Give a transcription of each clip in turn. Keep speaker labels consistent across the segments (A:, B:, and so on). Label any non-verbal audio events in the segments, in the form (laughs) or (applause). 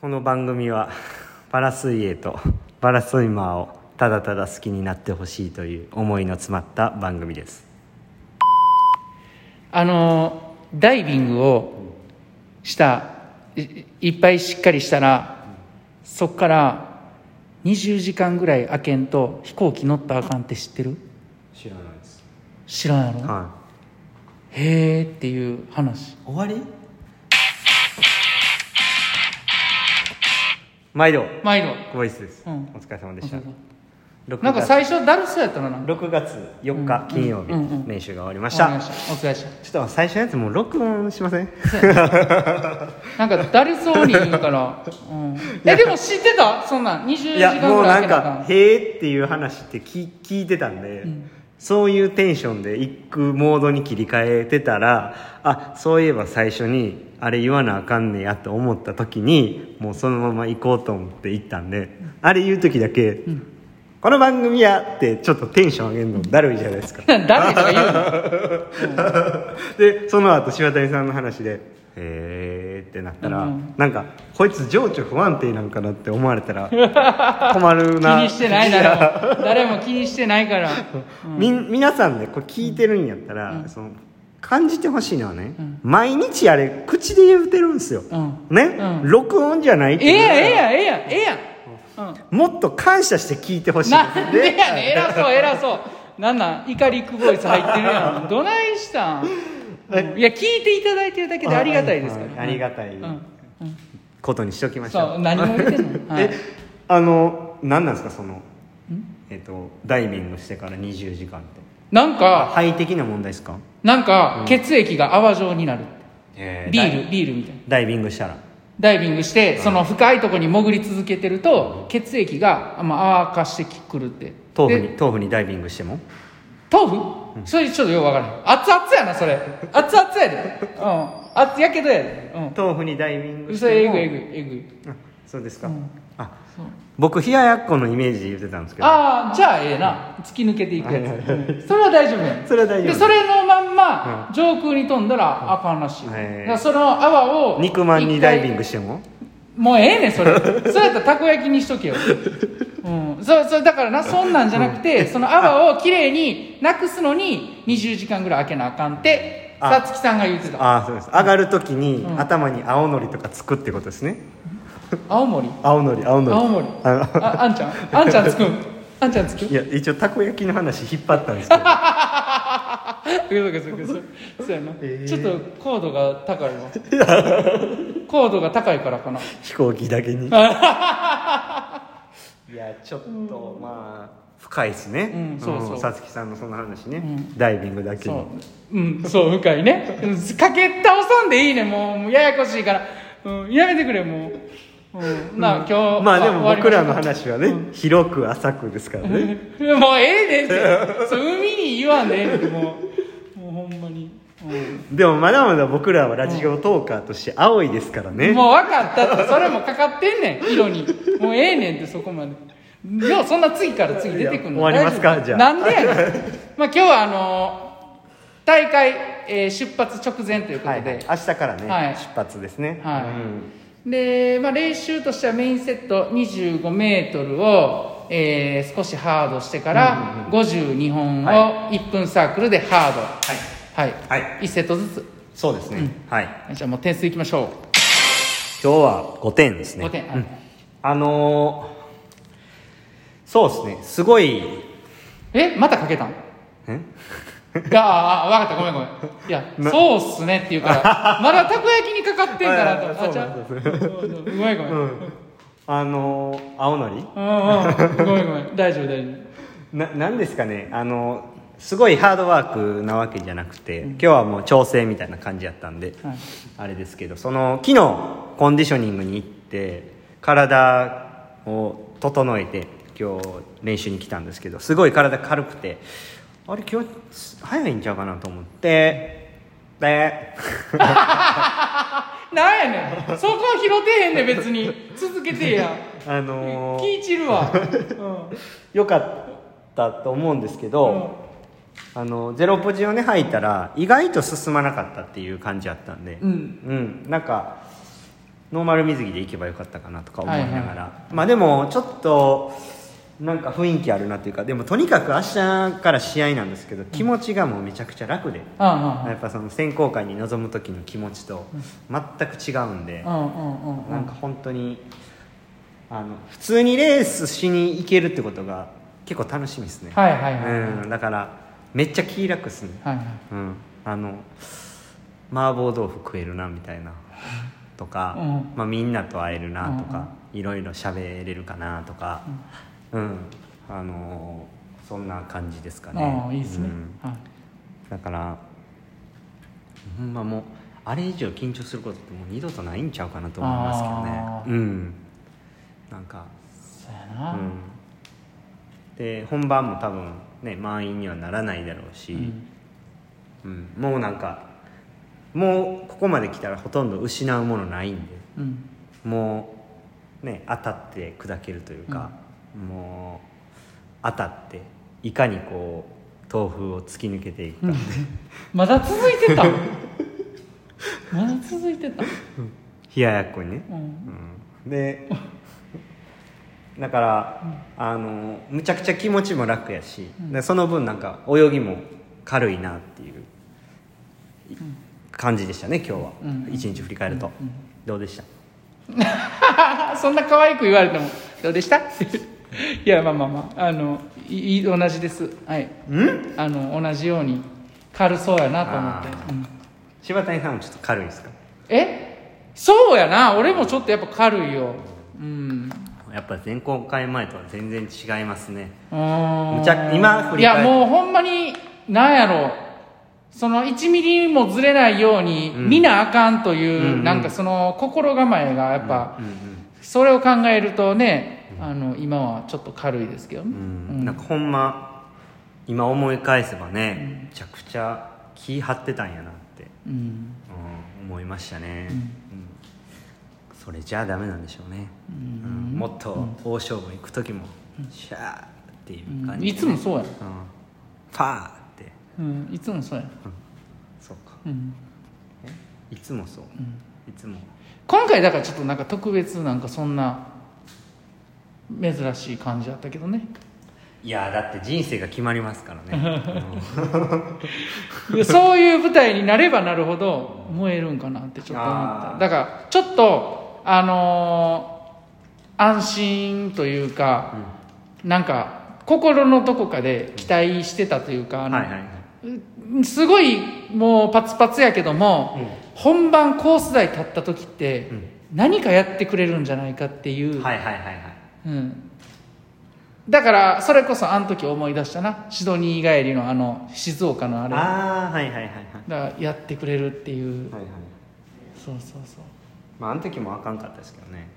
A: この番組は (laughs) パラ水泳とパラスイマーをただただ好きになってほしいという思いの詰まった番組です
B: あのダイビングをしたいいっぱいしっかりしたらそっから20時間ぐらい空けんと飛行機乗ったらあかんって知ってる
A: 知らないです
B: 知らんやろ、
A: は
B: へえっていう話
A: い終わり毎度
B: 毎度
A: ボイスです、
B: うん
A: お疲れ様でした6
B: なんか
A: 月
B: 最初だるそうやったらな
A: 6月4日金曜日、
B: うんうん
A: 練習が終わりまし
B: お
A: た、
B: 願いしますお疲れ様でし
A: ちょっと最初のやつもう録音しません
B: たなんかだるそうに言うから、うん、えでも知ってたそんなん20時
A: いや
B: 間
A: も
B: ぐ
A: う
B: ら
A: ないん
B: 空けなあ
A: か
B: か
A: 「へえ」っていう話って聞聞いてたんで、そういうテンションで行くモードに切り替えてたらあそういえば最初にあれ言わなあかんねやと思った時にもうそのまま行こうと思って行ったんであれ言う時だけ「この番組や!」ってちょっとテンション上げるのだるいじゃない
B: (laughs)
A: ですか
B: ん誰とか言うの
A: でその後柴谷さんの話で「へーってなったら、
B: うん
A: なんかこいつ情緒不安定なんかなって思われたら
B: (laughs)
A: 困る (laughs)
B: 気
A: な
B: にしてない誰も誰も気にしてないから
A: み皆さんねこれ聞いてるんやったら、その感じてほしいのはね、毎日あれ口で言うてるんですよ、
B: う
A: ね、
B: うん
A: 録音じゃないって
B: ええ
A: いう
B: やんええやんええやんええ
A: (laughs)
B: やん、うん
A: もっと感謝して聞いてほしい
B: (laughs) なんでやねん
A: で
B: 偉そう偉そうなんなん怒りクボイス入ってるやんどないしたんうんいや聞いていただいてるだ (laughs) けでありがたいですから
A: あありがたい
B: うんうん
A: ことにしときまし
B: そ
A: ょう
B: う何を言ってんの、は
A: (laughs)
B: い
A: えあの何なんですかそのえっとダイビングしてから20時間って
B: なんか
A: 肺的な問題ですか
B: なんか血液が泡状になる
A: え
B: ビールビールみたいな
A: ダイダイビングしたら
B: ダイビングしてその深いとこに潜り続けてると血液が、まあ、泡化してくるって
A: 豆腐
B: で
A: に豆腐にダイビングしても
B: 豆腐、それちょっとよくわからない熱々やなそれ熱々やでうん熱やけどやでう
A: 豆腐にダイビン
B: ん
A: グし
B: それ
A: て
B: え
A: も
B: ぐいえぐいえぐい
A: あそうですか、
B: うん
A: あ
B: そう
A: 僕冷ややっこのイメージで言ってたんですけど
B: ああじゃあええな突き抜けていくやつうんそれは大丈夫やん
A: それは大丈夫
B: でそれのまんま上空に飛んだらあかんらしいよだか
A: へえ
B: らその泡を
A: 肉まんにダイビング
B: 一
A: しても
B: 回もうええねんそれ (laughs) それやったらたこ焼きにしとけようん、そうそうだからなそんなんじゃなくてその泡をきれいになくすのに20時間ぐらい開けなあかんって
A: あ
B: さつきさんが言ってた
A: ああそうです上がる時に、頭に青のりとかつくってことですね
B: 青森
A: 青のり青のり
B: 青森
A: あの
B: ああんちゃんあんちゃんつくんあんちゃんつく
A: (laughs) いや一応たこ焼きの話引っ張ったんです
B: (laughs)
A: けど
B: そうかそうかそうかそうやな、
A: えー
B: ちょっと高度が高い
A: (laughs)
B: わ高度が高いからかな
A: 飛行機だけ
B: (laughs)
A: にいやちょっとまあ深いですね、
B: うんそうそうん
A: さつきさんのその話ね、ダイビングだけに
B: そううんそう深いねうんかけ倒さんでいいねもうもうややこしいから、うん、やめてくれもう、うん、なあ今日
A: まあでも僕らの
B: 終わりまし
A: 話はね、広く浅くですからね
B: ょう (laughs) もうええねんってそう海に言わんでええねんってもうもうほんまに、う
A: でもまだまだ僕らはラジオトーカーとして青いですからね、
B: ん、もう分かったってそれもかかってんねん色にもうええねんってそこまでようそんな次から次出てくんの
A: いや終わりますか
B: 大丈夫
A: じゃあ
B: なんでや
A: (laughs)
B: ねんまあ今日はあの大会、えー出発直前ということ
A: はい
B: で、
A: はい、明日からね、
B: はい
A: 出発ですね、
B: はい
A: うん
B: で、まあ、練習としてはメインセット25メートルを、えー少しハードしてから52本を
A: は
B: 1分サークルでハードはい、
A: はい
B: 1セットずつ
A: そうですね、はい
B: じゃあもう点数いきましょ
A: 今日は5点です
B: う、
A: ね
B: 5点、はい
A: あのーそうですねすごい
B: えまたかけたん
A: え
B: いや (laughs) ああ分かったごめんごめんいや
A: な
B: そうっすねってい
A: (laughs)
B: うからまだたこ焼きにかかってんからと
A: はいはい
B: あちゃう
A: (laughs) そう
B: そうそうごめんごめん、うん、うんうん
A: あのー青のり
B: ごめんごめん大丈夫大丈夫
A: ななんですかねあのーすごいハードワークなわけじゃなくて、今日はもう調整みたいな感じやったんで、
B: はい
A: あれですけどその昨日コンディショニングに行って体を整えて今日練習に来たんですけどすごい体軽くてあれ今日早いんちゃうかなと思ってで
B: なんやねんそこは拾ってへんねん別に続けて
A: (laughs)
B: や
A: あのー
B: 気い散
A: (laughs)
B: るわ、うん
A: 良かったと思うんですけど、あのゼロポジをね入ったら意外と進まなかったっていう感じあったんで
B: うん
A: うん、なんかノーマル水着で行けばよかったかなとか思いながら、
B: は
A: まあでもちょっとなんか雰囲気あるなっていうかでもとにかく明日から試合なんですけど気持ちがもうめちゃくちゃ楽で、
B: あああ
A: やっぱその選考会に臨む時の気持ちと全く違うんで、
B: あうんうんうんう
A: なんんか本当にあの普通にレースしに行けるってことが結構楽しみですね、
B: はいはいはいはい
A: うん、だからめっちゃ気楽っすね、
B: はいはい
A: うん、あの麻婆豆腐食えるなみたいなとか、
B: うん
A: まあ、みんなと会えるなとか、いろいろ喋れるかなとか、うんあのーそんな感じですかね。
B: ああいいです
A: う
B: ね、
A: ん
B: はい
A: だからほんまもうあれ以上緊張することってもう二度とないんちゃうかなと思いますけど
B: あ
A: ね
B: ー
A: うんなんか
B: そうや
A: う
B: な、
A: んで本番も多分ね満員にはならないだろうし、
B: うん
A: うんもうなんかもうここまで来たらほとんど失うものないんで
B: うん
A: もうね当たって砕けるというか、もう当たっていかにこう豆腐を突き抜けていくか、
B: まだ続い
A: (laughs)
B: てたまだ続いてた、
A: 冷ややっこにね、
B: うん、
A: うんでだから、あのむちゃくちゃ気持ちも楽やし、でその分なんか泳ぎも軽いなっていうい感じでしたね今日は、
B: うん
A: 一日振り返ると、どうでした
B: (laughs) そんな可愛く言われてもどうでした (laughs) いやまあまあまああのいい同じですはい
A: ん
B: あの同じように軽そうやなと思って
A: あ、
B: うん
A: 柴谷さんもちょっと軽いですか
B: えそうやな俺もちょっとやっぱ軽いようん
A: やっぱ前公開前とは全然違いますね
B: む
A: むちゃ今振
B: い
A: り返
B: やもうほんまになんやろその1ミリもずれないように見なあかんという、
A: うんうん
B: なんかその心構えがやっぱ、
A: うん
B: それを考えるとねあの今はちょっと軽いですけどね、
A: う
B: うん
A: んなんかほんま今思い返せばね、めちゃくちゃ気張ってたんやなって
B: うん
A: うん、思いましたね、うんそれじゃあダメなんでしょうね、うんもっと大勝負行く時も、シャーっていう感じ、
B: いつもそうや、
A: うん、パーって
B: うん、いつもそうや、
A: そうか
B: うん、
A: いつもそう、いつも
B: 今回だからちょっとなんか特別なんかそんな珍しい感じだったけどね
A: いやーだって人生が決まりますから (laughs) ね、
B: いやそういう舞台になればなるほど燃えるんかなってちょっと思っ
A: あ
B: た
A: ー
B: だからちょっとあのー安心というか、なんか心のどこかで期待してたというか、
A: う
B: あ
A: ん
B: の
A: はいはいは
B: すごいもうパツパツやけども、
A: うん
B: 本番コース台立った時って、
A: うん
B: 何かやってくれるんじゃないかっていう、
A: いはいはいはい
B: うん、だからそれこそあの時思い出したなシドニー帰りのあの静岡のあれ
A: ああーはいはいはいはい
B: がやってくれるっていう、
A: はいはい
B: そうそうそ
A: まああの時もあかんかったですけどね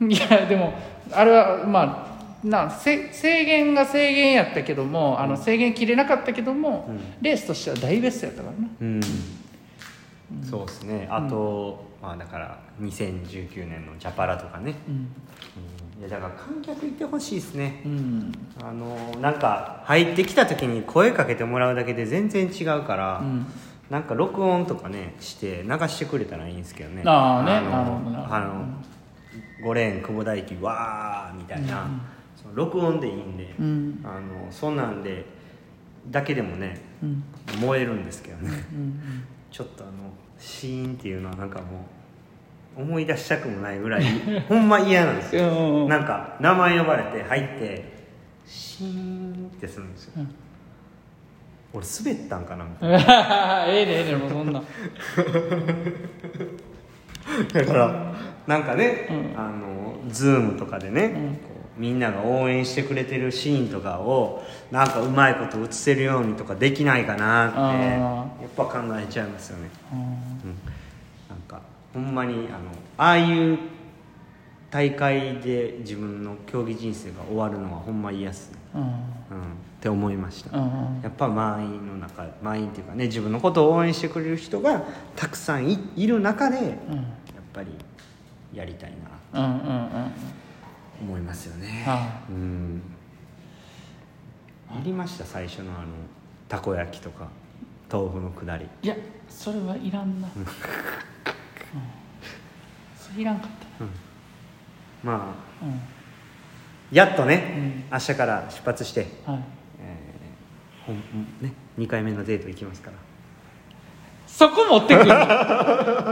B: うい (laughs) やでもあれはまあなせ制限が制限やったけどもあの制限切れなかったけども、
A: うん
B: レースとしては大ベストやったからな
A: うん、そうですねあと、まあだから2019年のジャパラとかね、
B: うん、
A: うんいやだから観客いてほしいですね
B: うん
A: あのなんか入ってきた時に声かけてもらうだけで全然違うから、
B: うん
A: なんか録音とかねして流してくれたらいいんですけどね
B: あーね
A: の
B: なるほどなるほど
A: あの5レーン久保大樹わーみたいな、その録音でいいんで、
B: うん
A: あのそんなんでだけでもね
B: うん
A: 燃えるんですけどね、
B: うん
A: ちょっとあのシーンっていうのはなんかもう思い出したくもない
B: (laughs)
A: ぐらいほんま嫌なんですよ
B: うん
A: なんか名前呼ばれて入ってシーンってするんですよ、
B: うん
A: 俺滑ったんかなみたい
B: ええねええねもうそんな
A: なだからなんかね、あのズームとかでね、こうみんなが応援してくれてるシーンとかをなんかうまいこと映せるようにとかできないかなって
B: あ
A: やっぱ考えちゃいますよねうんなんかほんまにあのああいう大会で自分の競技人生が終わるのはほんま嫌っすね、
B: うん
A: うん、って思いました、
B: うん
A: やっぱ満員の中満員っていうかね自分のことを応援してくれる人がたくさんいいる中でやっ
B: うん
A: ぱりやりたいな
B: うんうんうん
A: 思いますよね、
B: は
A: うんやりました最初のあのたこ焼きとか豆腐のくだり
B: いやそれはいらんな、うんそれいらんかった
A: まあ
B: な
A: やっとね、明日から出発して、
B: うんはい
A: ほんね、2回目のデート行きますから
B: そこ持って
A: (laughs)
B: くる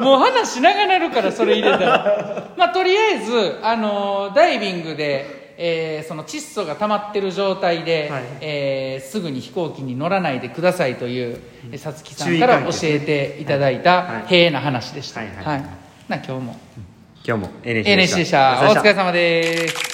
B: もう話長なるからそれ入れたらまあとりあえず、あのーダイビングで、えーその窒素が溜まってる状態で、
A: はい
B: えーすぐに飛行機に乗らないでくださいというえーさつきさん
A: 注意
B: から
A: 喚
B: 教
A: 起です
B: えていただい
A: はいは
B: た
A: い
B: 平な話でした
A: はいはい
B: はいな今日も
A: 今日も NHC
B: NHC でしたお疲れ様です